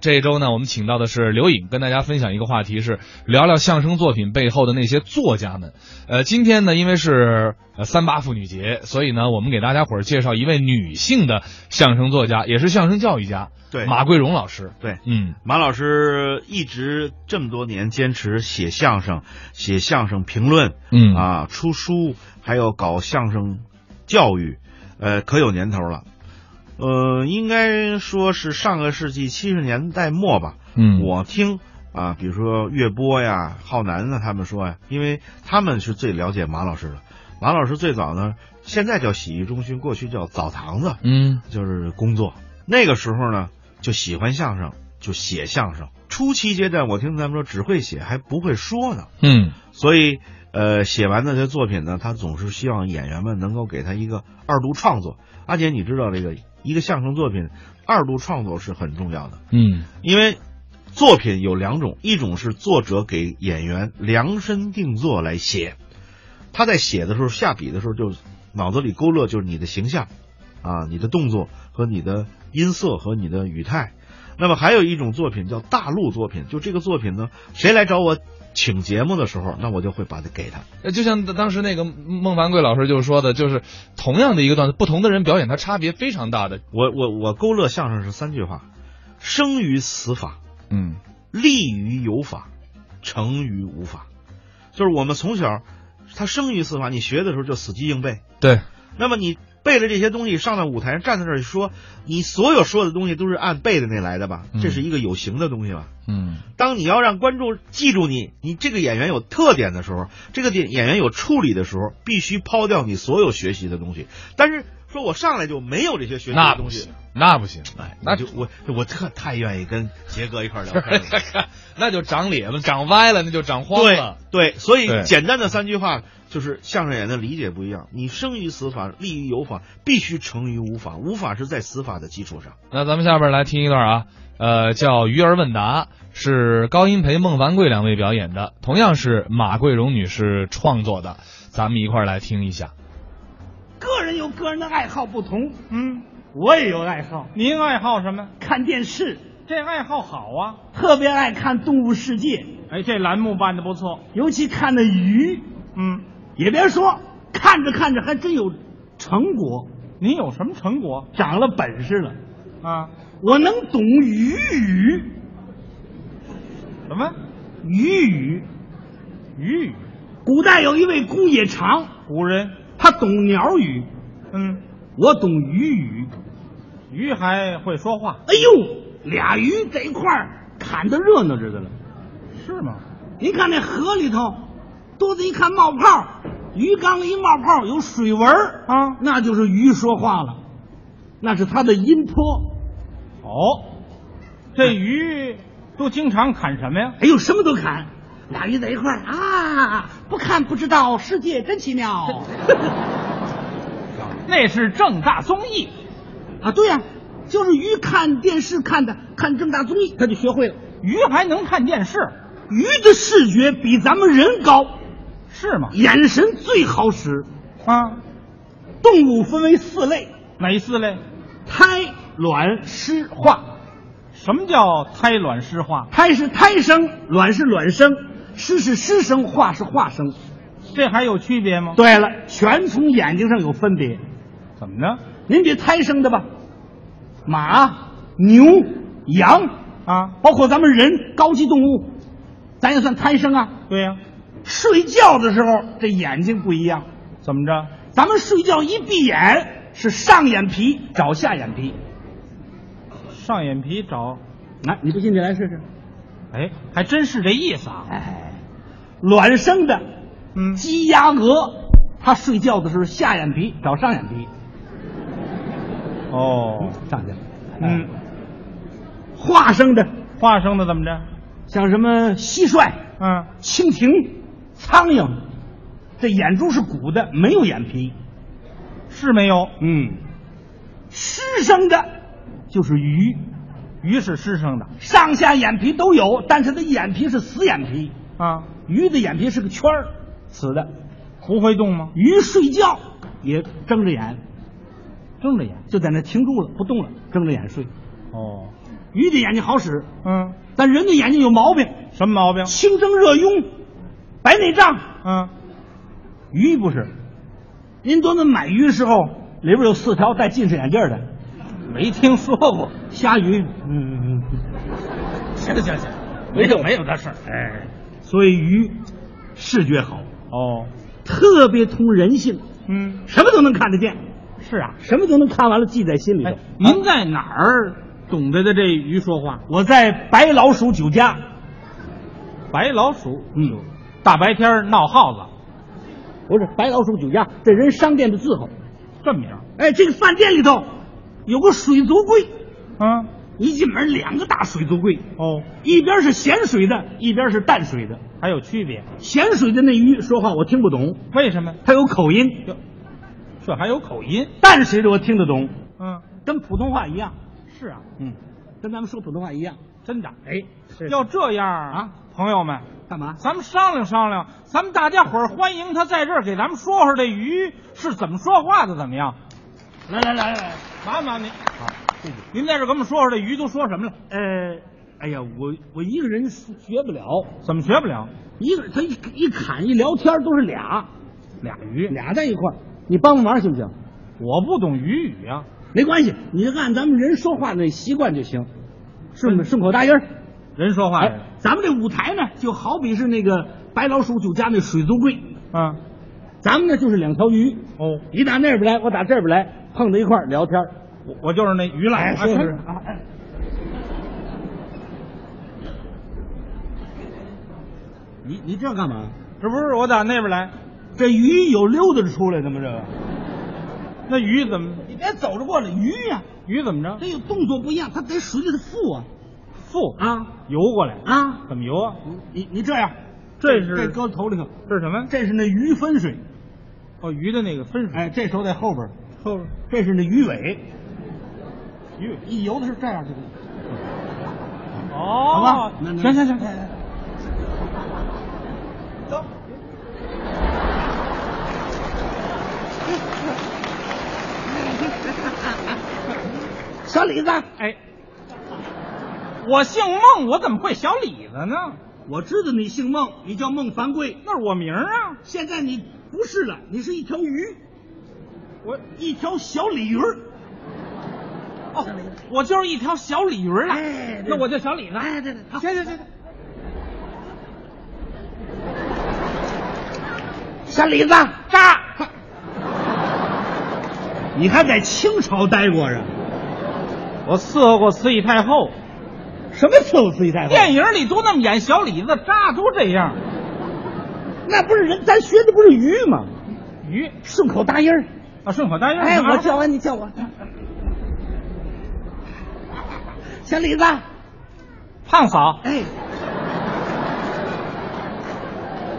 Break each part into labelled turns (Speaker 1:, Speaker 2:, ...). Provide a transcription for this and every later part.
Speaker 1: 这周呢，我们请到的是刘颖，跟大家分享一个话题是聊聊相声作品背后的那些作家们。呃，今天呢，因为是呃三八妇女节，所以呢，我们给大家伙儿介绍一位女性的相声作家，也是相声教育家，
Speaker 2: 对
Speaker 1: 马桂荣老师。
Speaker 2: 对
Speaker 1: 嗯，
Speaker 2: 马老师一直这么多年坚持写相声、写相声评论，
Speaker 1: 嗯
Speaker 2: 啊，出书，还有搞相声教育，呃，可有年头了。呃，应该说是上个世纪七十年代末吧。
Speaker 1: 嗯
Speaker 2: 我听啊，比如说岳波呀、浩南呢，他们说呀，因为他们是最了解马老师的。马老师最早呢，现在叫洗浴中心，过去叫澡堂子。
Speaker 1: 嗯
Speaker 2: 就是工作。那个时候呢，就喜欢相声，就写相声。初期阶段，我听他们说只会写还不会说呢，
Speaker 1: 嗯
Speaker 2: 所以呃，写完的这作品呢，他总是希望演员们能够给他一个二度创作。而且你知道，这个一个相声作品二度创作是很重要的，
Speaker 1: 嗯
Speaker 2: 因为作品有两种，一种是作者给演员量身定做来写，他在写的时候下笔的时候就脑子里勾勒就是你的形象，啊，你的动作和你的音色和你的语态。那么还有一种作品叫大陆作品，就这个作品呢，谁来找我请节目的时候，那我就会把它给他。
Speaker 1: 呃就像当时那个孟凡贵老师就说的，就是同样的一个段子，不同的人表演，它差别非常大的。
Speaker 2: 我我我勾勒相声是三句话：生于死法，
Speaker 1: 嗯
Speaker 2: 立于有法，成于无法。就是我们从小，他生于死法，你学的时候就死记硬背。
Speaker 1: 对，
Speaker 2: 那么你背了这些东西，上到舞台上站在那儿一说，你所有说的东西都是按背的那来的吧？
Speaker 1: 嗯
Speaker 2: 这是一个有形的东西吧？
Speaker 1: 嗯
Speaker 2: 当你要让观众记住你，你这个演员有特点的时候，这个点演员有处理的时候，必须抛掉你所有学习的东西。但是说我上来就没有这些学习
Speaker 1: 那
Speaker 2: 的
Speaker 1: 不
Speaker 2: 东西
Speaker 1: 行，，那不行。
Speaker 2: 哎，
Speaker 1: 那
Speaker 2: 你就我我特太愿意跟杰哥一块儿聊 天了。
Speaker 1: 那就长脸了，长歪了，那就长慌了。
Speaker 2: 对对，所
Speaker 1: 对
Speaker 2: 以简单的三句话就是相声演员的理解不一样。你生于死法，立于有法，必须成于无法。无法是在死法的基础上。
Speaker 1: 那咱们下边来听一段啊，呃，叫《鱼儿问答》，是高音培、孟凡贵两位表演的，同样是马桂荣女士创作的，咱们一块儿来听一下。
Speaker 3: 个人有个人的爱好不同，
Speaker 4: 嗯，
Speaker 3: 我也有爱好，
Speaker 4: 您爱好什么？
Speaker 3: 看电视，
Speaker 4: 这爱好好啊！
Speaker 3: 特别爱看《动物世界》，
Speaker 4: 哎，这栏目办的不错。
Speaker 3: 尤其看那鱼。
Speaker 4: 嗯，
Speaker 3: 也别说，看着看着还真有成果，
Speaker 4: 您有什么成果
Speaker 3: 长了本事了。
Speaker 4: 啊？
Speaker 3: 我能懂鱼语，
Speaker 4: 什么
Speaker 3: 鱼语。
Speaker 4: 鱼语？
Speaker 3: 古代有一位姑野长，
Speaker 4: 古人？
Speaker 3: 他懂鸟语，
Speaker 4: 嗯，
Speaker 3: 我懂鱼语。
Speaker 4: 鱼还会说话
Speaker 3: 哎呦，俩鱼在一块儿砍得热闹着的了。
Speaker 4: 是吗？
Speaker 3: 您看那河里头，多子一看冒泡，鱼缸一冒泡有水纹儿
Speaker 4: 啊
Speaker 3: 那就是鱼说话了，那是它的音波。
Speaker 4: 哦，这鱼都经常砍什么呀？
Speaker 3: 哎呦，什么都砍，俩鱼在一块儿啊，不看不知道，世界真奇妙
Speaker 4: 那是正大综艺。
Speaker 3: 啊！对呀、就是鱼看电视看的，看这么大综艺，他就学会了。
Speaker 4: 鱼还能看电视？
Speaker 3: 鱼的视觉比咱们人高，
Speaker 4: 是吗？
Speaker 3: 眼神最好使。
Speaker 4: 啊，
Speaker 3: 动物分为四类：
Speaker 4: 哪四类？
Speaker 3: 胎、卵、尸、化。
Speaker 4: 什么叫胎卵湿化？
Speaker 3: 胎是胎生，卵是卵生，湿是湿生，化是化生。
Speaker 4: 这还有区别吗？，
Speaker 3: 对了，全从眼睛上有分别。
Speaker 4: 怎么呢？
Speaker 3: 您别胎生的吧，马、牛、羊，
Speaker 4: 啊，
Speaker 3: 包括咱们人，高级动物，咱也算胎生啊。
Speaker 4: 对呀、
Speaker 3: 睡觉的时候，这眼睛不一样。
Speaker 4: 怎么着？
Speaker 3: 咱们睡觉一闭眼是上眼皮找下眼皮，
Speaker 4: 上眼皮找
Speaker 3: 来、啊你不信你来试试。
Speaker 4: 哎，还真是这意思啊。
Speaker 3: 哎，卵生的
Speaker 4: 嗯
Speaker 3: 鸡、鸭、鹅，它睡觉的时候下眼皮找上眼皮，
Speaker 4: 哦，
Speaker 3: 上去了。
Speaker 4: 嗯，
Speaker 3: 化生的
Speaker 4: 化生的怎么着？
Speaker 3: 像什么蟋蟀、
Speaker 4: 嗯，
Speaker 3: 蜻蜓、苍蝇，这眼珠是鼓的，没有眼皮。
Speaker 4: 是没有。
Speaker 3: 嗯，湿生的就是鱼，
Speaker 4: 鱼是湿生的
Speaker 3: 上下眼皮都有，但是它眼皮是死眼皮，
Speaker 4: 啊，
Speaker 3: 鱼的眼皮是个圈儿，死的。
Speaker 4: 不会动吗？
Speaker 3: 鱼睡觉也睁着眼，
Speaker 4: 睁着眼。
Speaker 3: 就在那停住了不动了，睁着眼睡。
Speaker 4: 哦，
Speaker 3: 鱼的眼睛好使，
Speaker 4: 嗯，
Speaker 3: 但人的眼睛有毛病，
Speaker 4: 什么毛病？
Speaker 3: 清蒸热痈、白内障。
Speaker 4: 嗯，
Speaker 3: 鱼不是，您多那买鱼的时候，里边有四条戴近视眼镜的
Speaker 4: 没听说过。
Speaker 3: 虾鱼，
Speaker 4: 嗯嗯嗯，行行行，没有没有这事儿。哎，
Speaker 3: 所以鱼视觉好，
Speaker 4: 哦，
Speaker 3: 特别通人性，
Speaker 4: 嗯，
Speaker 3: 什么都能看得见，
Speaker 4: 是啊。
Speaker 3: 什么都能看完了记在心里头。啊
Speaker 4: 哎，您在哪儿懂得的这鱼说话？
Speaker 3: 我在白老鼠酒家，
Speaker 4: 白老鼠，
Speaker 3: 嗯，
Speaker 4: 大白天儿闹耗子，
Speaker 3: 不是白老鼠酒家，这人商店的字号。
Speaker 4: 这名儿。
Speaker 3: 哎，这个饭店里头有个水族柜，
Speaker 4: 嗯，
Speaker 3: 一进门两个大水族柜，
Speaker 4: 哦，
Speaker 3: 一边是咸水的，一边是淡水的。
Speaker 4: 还有区别？
Speaker 3: 咸水的那鱼说话我听不懂，
Speaker 4: 为什么？
Speaker 3: 它有口音；
Speaker 4: 这还有口音？
Speaker 3: 淡水的我听得懂，
Speaker 4: 嗯，
Speaker 3: 跟普通话一样，
Speaker 4: 是啊，
Speaker 3: 嗯，跟咱们说普通话一样。
Speaker 4: 真的。
Speaker 3: 哎，是
Speaker 4: 要这样啊，朋友们，
Speaker 3: 干嘛？
Speaker 4: 咱们商量商量，咱们大家伙儿欢迎他在这儿给咱们说说这鱼是怎么说话的，怎么样？
Speaker 3: 来来来来，
Speaker 4: 麻烦麻烦您，好，您在这儿给我们说说这鱼都说什么了？
Speaker 3: 呃，哎呀，我我一个人学不了，
Speaker 4: 怎么学不了？
Speaker 3: 一个他一一砍一聊天都是俩，
Speaker 4: 俩鱼，
Speaker 3: 俩在一块儿，你帮帮忙行不行？
Speaker 4: 我不懂鱼语啊。
Speaker 3: 没关系，你就按咱们人说话那习惯就行，顺顺口答音儿。
Speaker 4: 人说话呀，
Speaker 3: 哎，咱们这舞台呢，就好比是那个白老鼠酒家那水族柜，
Speaker 4: 啊，
Speaker 3: 咱们呢就是两条鱼，
Speaker 4: 哦，
Speaker 3: 你打那边来，我打这边来，碰到一块儿聊天儿。
Speaker 4: 我我就是那鱼赖，
Speaker 3: 说是
Speaker 4: 啊
Speaker 3: 啊，哎你你这干嘛？
Speaker 4: 这不是我打那边来，
Speaker 3: 这鱼有溜达着出来的吗？这个，
Speaker 4: 那鱼怎么
Speaker 3: 你别走着过来，鱼呀、
Speaker 4: 鱼怎么着？
Speaker 3: 它有动作不一样，它得使劲的腹啊
Speaker 4: 腹
Speaker 3: 啊
Speaker 4: 游过来，
Speaker 3: 啊！
Speaker 4: 怎么游啊？
Speaker 3: 你你这样，
Speaker 4: 这是
Speaker 3: 这搁头里头，
Speaker 4: 这是什么？
Speaker 3: 这是那鱼分水，
Speaker 4: 哦，鱼的那个分水，
Speaker 3: 哎，这手在后边儿，
Speaker 4: 后边
Speaker 3: 这是那鱼尾，
Speaker 4: 鱼尾
Speaker 3: 一游的是这样的，好
Speaker 4: 哦
Speaker 3: 吧？那那
Speaker 4: 行行行，
Speaker 3: 哎哎
Speaker 4: 走。
Speaker 3: 小李子，
Speaker 4: 哎，我姓孟，我怎么会小李子呢？
Speaker 3: 我知道你姓孟，你叫孟凡贵，
Speaker 4: 那是我名儿啊！
Speaker 3: 现在你不是了，你是一条鱼，
Speaker 4: 我
Speaker 3: 一条小鲤鱼儿。
Speaker 4: 哦，我就是一条小鲤鱼儿啊！
Speaker 3: 哎对
Speaker 4: 那我叫小李子。
Speaker 3: 哎，对对，好
Speaker 4: 行行行行，
Speaker 3: 小李子，
Speaker 4: 扎！
Speaker 3: 你还在清朝待过呀？
Speaker 4: 我伺候过慈禧太后，
Speaker 3: 什么伺候慈禧太后？
Speaker 4: 电影里都那么演小李子扎，都这样。
Speaker 3: 那不是人，咱学的不是鱼吗？
Speaker 4: 鱼
Speaker 3: 顺口答音儿。
Speaker 4: 啊，顺口答应。
Speaker 3: 哎，
Speaker 4: 啊
Speaker 3: 我叫完你叫我，小李子，
Speaker 4: 胖嫂，
Speaker 3: 哎，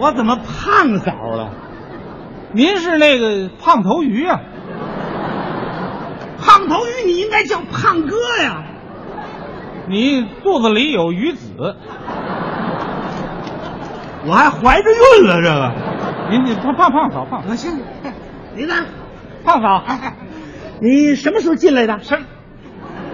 Speaker 3: 我怎么胖嫂了？
Speaker 4: 您是那个胖头鱼啊？
Speaker 3: 胖头鱼，你应该叫胖哥呀。
Speaker 4: 你肚子里有鱼子，
Speaker 3: 我还怀着孕了，这啊
Speaker 4: 您你胖胖胖嫂胖
Speaker 3: 个。我信。李子，
Speaker 4: 胖嫂，
Speaker 3: 你什么时候进来的？
Speaker 4: 什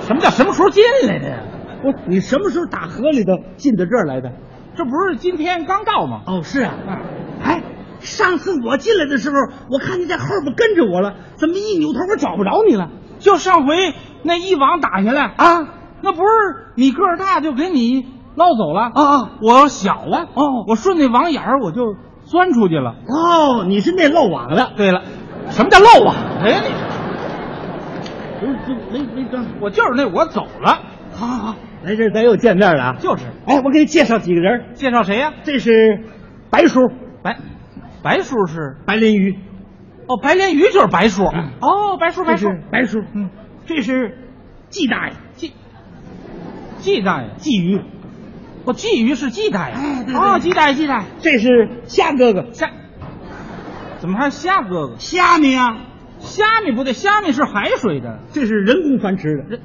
Speaker 4: 什么叫什么时候进来的呀？
Speaker 3: 不是，你什么时候打河里头进到这儿来的？
Speaker 4: 这不是今天刚到吗？
Speaker 3: 哦，是啊
Speaker 4: 嗯
Speaker 3: 哎，上次我进来的时候，我看你在后边跟着我了，怎么一扭头我找不着你了
Speaker 4: 就上回那一网打下来，
Speaker 3: 啊？
Speaker 4: 那不是你个儿大就给你捞走了
Speaker 3: 哦哦
Speaker 4: 我小啊，
Speaker 3: 哦
Speaker 4: 我顺那网眼儿我就钻出去了。
Speaker 3: 哦，你是那漏网了？哎
Speaker 4: 对了，什么叫漏网呀？
Speaker 3: 不
Speaker 4: 你
Speaker 3: 是，这哎没没装。
Speaker 4: 我就是那我走了，
Speaker 3: 好好好，来这儿咱又见面了啊！
Speaker 4: 就是
Speaker 3: 哎，我给你介绍几个人，
Speaker 4: 介绍谁呀、
Speaker 3: 这是白叔，
Speaker 4: 白白叔是
Speaker 3: 白鲢鱼，嗯
Speaker 4: 哦，白鲢鱼就是白叔、哦，白叔
Speaker 3: 这
Speaker 4: 白叔
Speaker 3: 是，白叔，
Speaker 4: 嗯，
Speaker 3: 这是季大爷，
Speaker 4: 季季大爷，
Speaker 3: 季鱼，
Speaker 4: 我季啊哦鱼是季大爷，
Speaker 3: 哎对对
Speaker 4: 哦，季大爷季大爷，
Speaker 3: 这是虾哥哥，
Speaker 4: 虾怎么还有虾哥哥？
Speaker 3: 虾米啊？
Speaker 4: 虾米不对，虾米是海水的
Speaker 3: 这是人工繁殖的。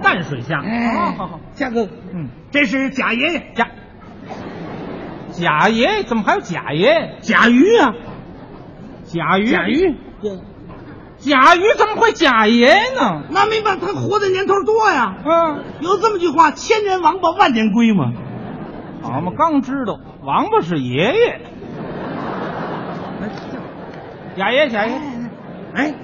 Speaker 4: 淡水虾。哦，好好，，
Speaker 3: 虾哥哥，
Speaker 4: 嗯，
Speaker 3: 哎这是贾爷爷，
Speaker 4: 甲甲爷怎么还有甲爷？
Speaker 3: 甲鱼啊，
Speaker 4: 甲鱼，
Speaker 3: 甲鱼，
Speaker 4: 贾鱼怎么会贾爷呢？
Speaker 3: 那没办法，他活的年头多呀。
Speaker 4: 嗯，
Speaker 3: 有这么句话：千年王八万年龟嘛。
Speaker 4: 我们刚知道王八是爷爷，贾爷贾爷，
Speaker 3: 哎，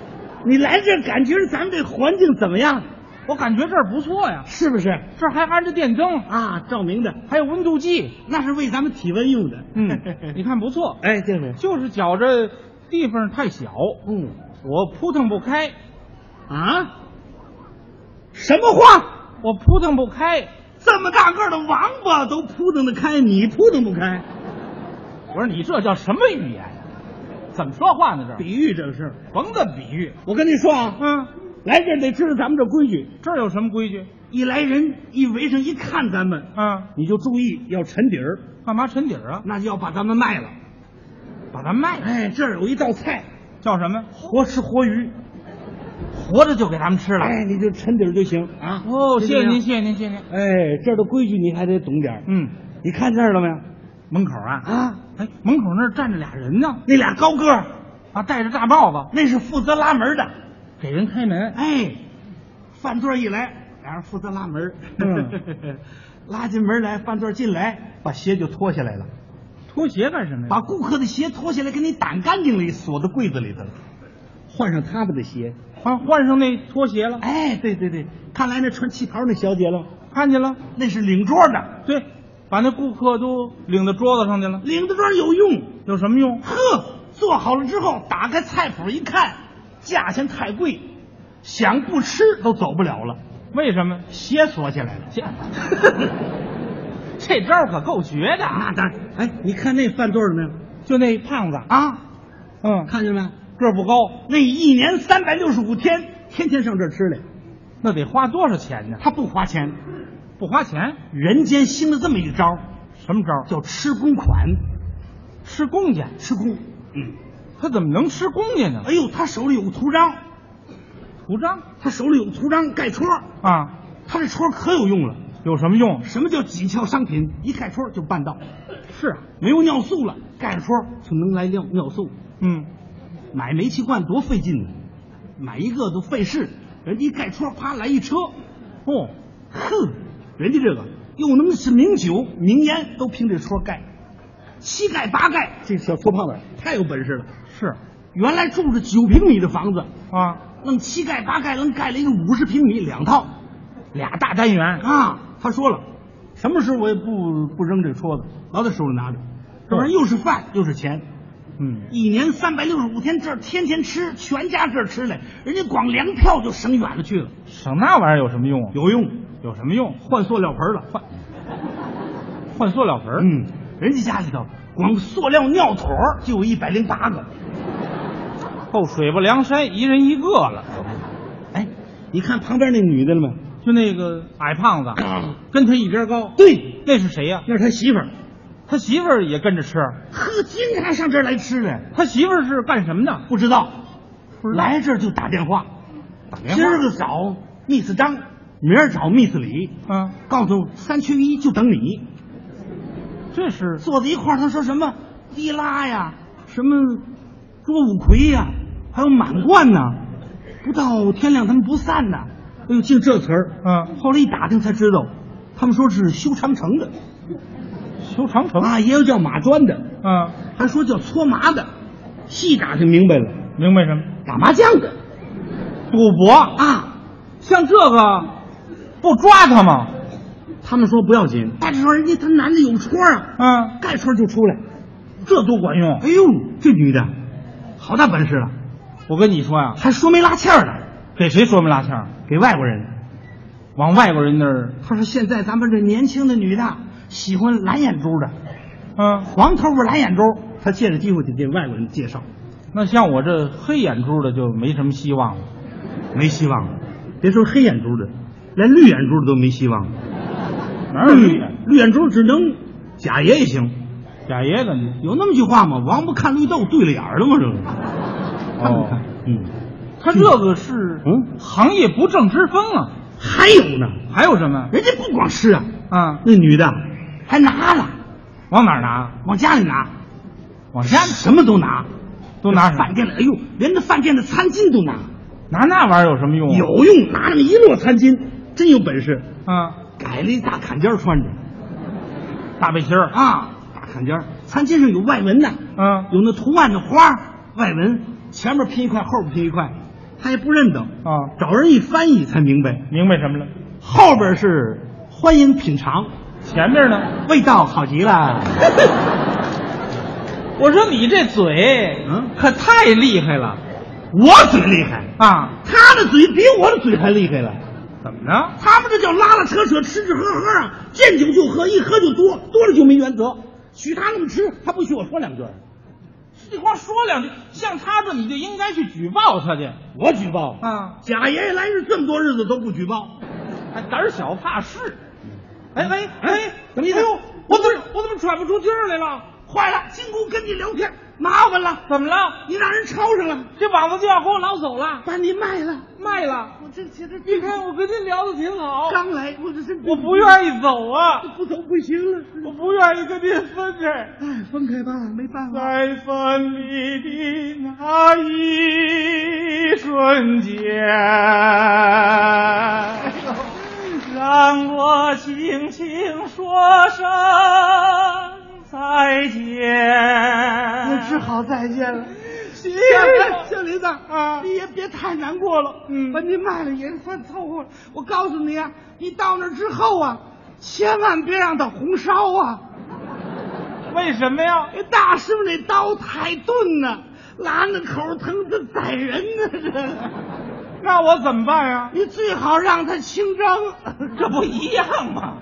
Speaker 3: 你来这儿感觉咱们这环境怎么样？
Speaker 4: 我感觉这儿不错呀，
Speaker 3: 是不是？
Speaker 4: 这儿还安着电灯，
Speaker 3: 啊，照明的，
Speaker 4: 还有温度计，
Speaker 3: 那是为咱们体温用的。
Speaker 4: 嗯，你看不错，
Speaker 3: 哎，对对，
Speaker 4: 就是觉着地方太小，
Speaker 3: 嗯
Speaker 4: 我扑腾不开，
Speaker 3: 啊，什么话？
Speaker 4: 我扑腾不开。
Speaker 3: 这么大个儿的王八都扑腾得开，你扑腾不开？
Speaker 4: 我说你这叫什么语言呀、怎么说话呢这？
Speaker 3: 比喻这个事儿，
Speaker 4: 甭这比喻，
Speaker 3: 我跟你说啊，
Speaker 4: 嗯，
Speaker 3: 来这儿得知道咱们这规矩。
Speaker 4: 这儿有什么规矩？
Speaker 3: 一来人一围上一看咱们，
Speaker 4: 嗯，
Speaker 3: 你就注意要沉底儿，
Speaker 4: 干嘛沉底儿啊？
Speaker 3: 那就要把咱们卖了。
Speaker 4: 把咱卖了，
Speaker 3: 哎，这儿有一道菜，
Speaker 4: 叫什么？
Speaker 3: 活吃活鱼，
Speaker 4: 活着就给咱们吃了。
Speaker 3: 哎，你就沉底儿就行啊。
Speaker 4: 哦，
Speaker 3: 就这
Speaker 4: 谢谢
Speaker 3: 样
Speaker 4: 您，。谢谢您，谢谢您。
Speaker 3: 哎，这儿的规矩你还得懂点儿。
Speaker 4: 嗯，
Speaker 3: 你看这儿了没有？
Speaker 4: 门口啊，
Speaker 3: 啊，
Speaker 4: 哎，门口那儿站着俩人呢，
Speaker 3: 那俩高个儿，
Speaker 4: 啊，戴着大帽子，
Speaker 3: 那是负责拉门的。
Speaker 4: 给人开门。
Speaker 3: 哎，饭桌一来，俩人负责拉门，
Speaker 4: 嗯
Speaker 3: 拉进门来，饭桌进来，把鞋就脱下来了，
Speaker 4: 脱鞋干什么
Speaker 3: 把
Speaker 4: 呀？
Speaker 3: 顾客的鞋脱下来，给你掸干净了，锁到柜子里头了，换上他们的鞋。
Speaker 4: 换啊换上那拖鞋了，
Speaker 3: 哎，对对对，看来那穿旗袍那小姐了，
Speaker 4: 看见了。
Speaker 3: 那是领桌的，
Speaker 4: 对，把那顾客都领到桌子上去了，
Speaker 3: 领的桌有用。
Speaker 4: 有什么用？
Speaker 3: 呵，做好了之后，打开菜谱一看，价钱太贵，想不吃都走不了了，
Speaker 4: 为什么？
Speaker 3: 鞋锁起来了。
Speaker 4: 这这招儿可够绝的啊！
Speaker 3: 那当然，哎，你看那饭桌了没有？
Speaker 4: 就那胖子，
Speaker 3: 啊，
Speaker 4: 嗯，
Speaker 3: 看见没？
Speaker 4: 个儿不高，
Speaker 3: 那一年三百六十五天，天天上这儿吃来，
Speaker 4: 那得花多少钱呢？
Speaker 3: 他不花钱。
Speaker 4: 不花钱，
Speaker 3: 人间兴了这么一招，
Speaker 4: 什么招儿？
Speaker 3: 叫吃公款，
Speaker 4: 吃公家，
Speaker 3: 吃公。嗯，
Speaker 4: 他怎么能吃公家呢？
Speaker 3: 哎呦，他手里有个图章，
Speaker 4: 图章
Speaker 3: 他手里有个图章盖戳，
Speaker 4: 啊，
Speaker 3: 他这戳可有用了。
Speaker 4: 有什么用？
Speaker 3: 什么叫几窍伤贫？一盖戳就办到，
Speaker 4: 是啊，
Speaker 3: 没有尿素了，盖上戳就能来尿尿素。
Speaker 4: 嗯，
Speaker 3: 买煤气罐多费劲呢，买一个都费事，人家一盖戳，啪来一车，
Speaker 4: 哦，
Speaker 3: 哼，人家这个又能是名酒、名烟，都凭这戳盖，七盖八盖，这小搓胖子太有本事了。
Speaker 4: 是
Speaker 3: 原来住着九平米的房子，
Speaker 4: 啊，
Speaker 3: 弄七盖八盖，能盖了一个五十平米两套
Speaker 4: 俩大单元，
Speaker 3: 啊！他说了，什么时候我也不不扔这戳子，老在手里拿着，这玩意儿又是饭又是钱，
Speaker 4: 嗯，
Speaker 3: 一年三百六十五天，这儿天天吃，全家这儿吃来，人家光粮票就省远了去了，
Speaker 4: 省那玩意儿有什么用啊？
Speaker 3: 有用，
Speaker 4: 有什么用？
Speaker 3: 换塑料盆儿了。
Speaker 4: 换塑料盆儿，
Speaker 3: 嗯，人家家里头光塑料尿桶儿就有一百零八个。
Speaker 4: 够水泊梁山一人一个了。
Speaker 3: 哎，你看旁边那女的了吗？
Speaker 4: 就那个矮胖子，
Speaker 1: 嗯
Speaker 4: 跟他一边高，
Speaker 3: 对，
Speaker 4: 那是谁呀、
Speaker 3: 那是他媳妇儿。
Speaker 4: 他媳妇儿也跟着吃，
Speaker 3: 呵，经常上这儿来吃来，
Speaker 4: 他媳妇儿是干什么的？
Speaker 3: 不知道，
Speaker 4: 不知道
Speaker 3: 来这儿就打电话，
Speaker 4: 打
Speaker 3: 今儿个找 Miss 张，明儿找 Miss 李，
Speaker 4: 啊，
Speaker 3: 告诉三缺一就等你。
Speaker 4: 这是
Speaker 3: 坐在一块儿，他说什么低拉呀，什么捉五魁呀，还有满贯呐，不到天亮他们不散呐。哎呦，净这词儿。
Speaker 4: 嗯
Speaker 3: 后来一打听才知道，他们说是修长城的
Speaker 4: 修长城
Speaker 3: 啊，也有叫马砖的，
Speaker 4: 啊，
Speaker 3: 还说叫搓麻的。细打听明白了，
Speaker 4: 明白什么？
Speaker 3: 打麻将的
Speaker 4: 赌博，
Speaker 3: 啊。
Speaker 4: 像这个不抓他吗？
Speaker 3: 他们说不要紧，但是说人家他男的有戳啊，
Speaker 4: 啊，
Speaker 3: 盖戳就出来。
Speaker 4: 这多管用！
Speaker 3: 哎呦，这女的好大本事啊，
Speaker 4: 我跟你说呀、
Speaker 3: 还说媒拉纤儿呢，
Speaker 4: 给谁说没拉腔？
Speaker 3: 给外国人。
Speaker 4: 往外国人那儿，
Speaker 3: 他说：“现在咱们这年轻的女的喜欢蓝眼珠的，
Speaker 4: 啊，
Speaker 3: 黄头发蓝眼珠。”他借着机会得给外国人介绍，
Speaker 4: 那像我这黑眼珠的就没什么希望了。
Speaker 3: 没希望了。别说黑眼珠的，连绿眼珠的都没希望了。
Speaker 4: 哪有绿眼？
Speaker 3: 绿眼珠只能假爷也行。
Speaker 4: 贾爷怎 么？
Speaker 3: 有那么句话吗？王八看绿豆，对了眼儿了吗？这个看不看
Speaker 4: 哦，？
Speaker 3: 嗯，
Speaker 4: 他这个是
Speaker 3: 嗯
Speaker 4: 行业不正之风啊！
Speaker 3: 还有呢，
Speaker 4: 还有什么
Speaker 3: 人家不光吃啊，
Speaker 4: 啊？
Speaker 3: 那女的还拿了，
Speaker 4: 往哪儿拿？
Speaker 3: 往家里拿，
Speaker 4: 往家拿
Speaker 3: 什么都拿，
Speaker 4: 都拿什么
Speaker 3: 饭店的，哎呦，连那饭店的餐巾都拿，
Speaker 4: 拿那玩意儿有什么用？
Speaker 3: 有用，拿那么一摞餐巾，真有本事，
Speaker 4: 啊，
Speaker 3: 改了一大坎肩儿穿着
Speaker 4: 大背心儿，
Speaker 3: 啊，大坎肩儿，餐巾上有外文的，
Speaker 4: 嗯
Speaker 3: 有那图案的花儿外文，前面拼一块，后边拼一块，他也不认得，
Speaker 4: 啊，
Speaker 3: 找人一翻译才明白，
Speaker 4: 明白什么了？
Speaker 3: 后边是欢迎品尝，
Speaker 4: 前面呢？
Speaker 3: 味道好极 了。
Speaker 4: 我说你这嘴，
Speaker 3: 嗯
Speaker 4: 可太厉害了
Speaker 3: 我嘴厉害，
Speaker 4: 啊！
Speaker 3: 他的嘴比我的嘴还厉害了。
Speaker 4: 怎么着？
Speaker 3: 他们这叫拉拉扯扯，吃吃喝喝啊，见酒就喝，一喝就多，多了就没原则。许他那么吃，他不许我说两句儿，
Speaker 4: 你光说两句，像他这你就应该去举报他去
Speaker 3: 我举报。
Speaker 4: 啊！
Speaker 3: 贾爷爷来日这么多日子都不举报，
Speaker 4: 还胆儿小怕事。哎哎哎，
Speaker 3: 怎么意思
Speaker 4: 哎呦，我怎么我怎么喘不出气儿来了？
Speaker 3: 坏了，金姑跟你聊天麻烦了，
Speaker 4: 怎么了？
Speaker 3: 你让人抄上了，
Speaker 4: 这膀子就要给我捞走了，
Speaker 3: 把你卖了。
Speaker 4: 卖了！
Speaker 3: 我这这
Speaker 4: 你看我跟您聊的挺好，
Speaker 3: 刚来，我这是
Speaker 4: 我不愿意走啊，
Speaker 3: 不走不行了，
Speaker 4: 我不愿意跟您分开。
Speaker 3: 哎，分开吧，没办法。
Speaker 4: 在分离的那一瞬间，让我轻轻说声再见。
Speaker 3: 只好再见了。
Speaker 4: 啊哎谢
Speaker 3: 小
Speaker 4: 谢
Speaker 3: 小林子
Speaker 4: 啊
Speaker 3: 你也别太难过了。
Speaker 4: 嗯
Speaker 3: 把你卖了也算凑合了。我告诉你啊，你到那之后啊，千万别让他红烧啊！
Speaker 4: 为什么呀？
Speaker 3: 那大师傅那刀太钝了，拉那口疼的宰人呢。
Speaker 4: 那我怎么办呀？
Speaker 3: 这，你最好让他清蒸。
Speaker 4: 这不一样吗？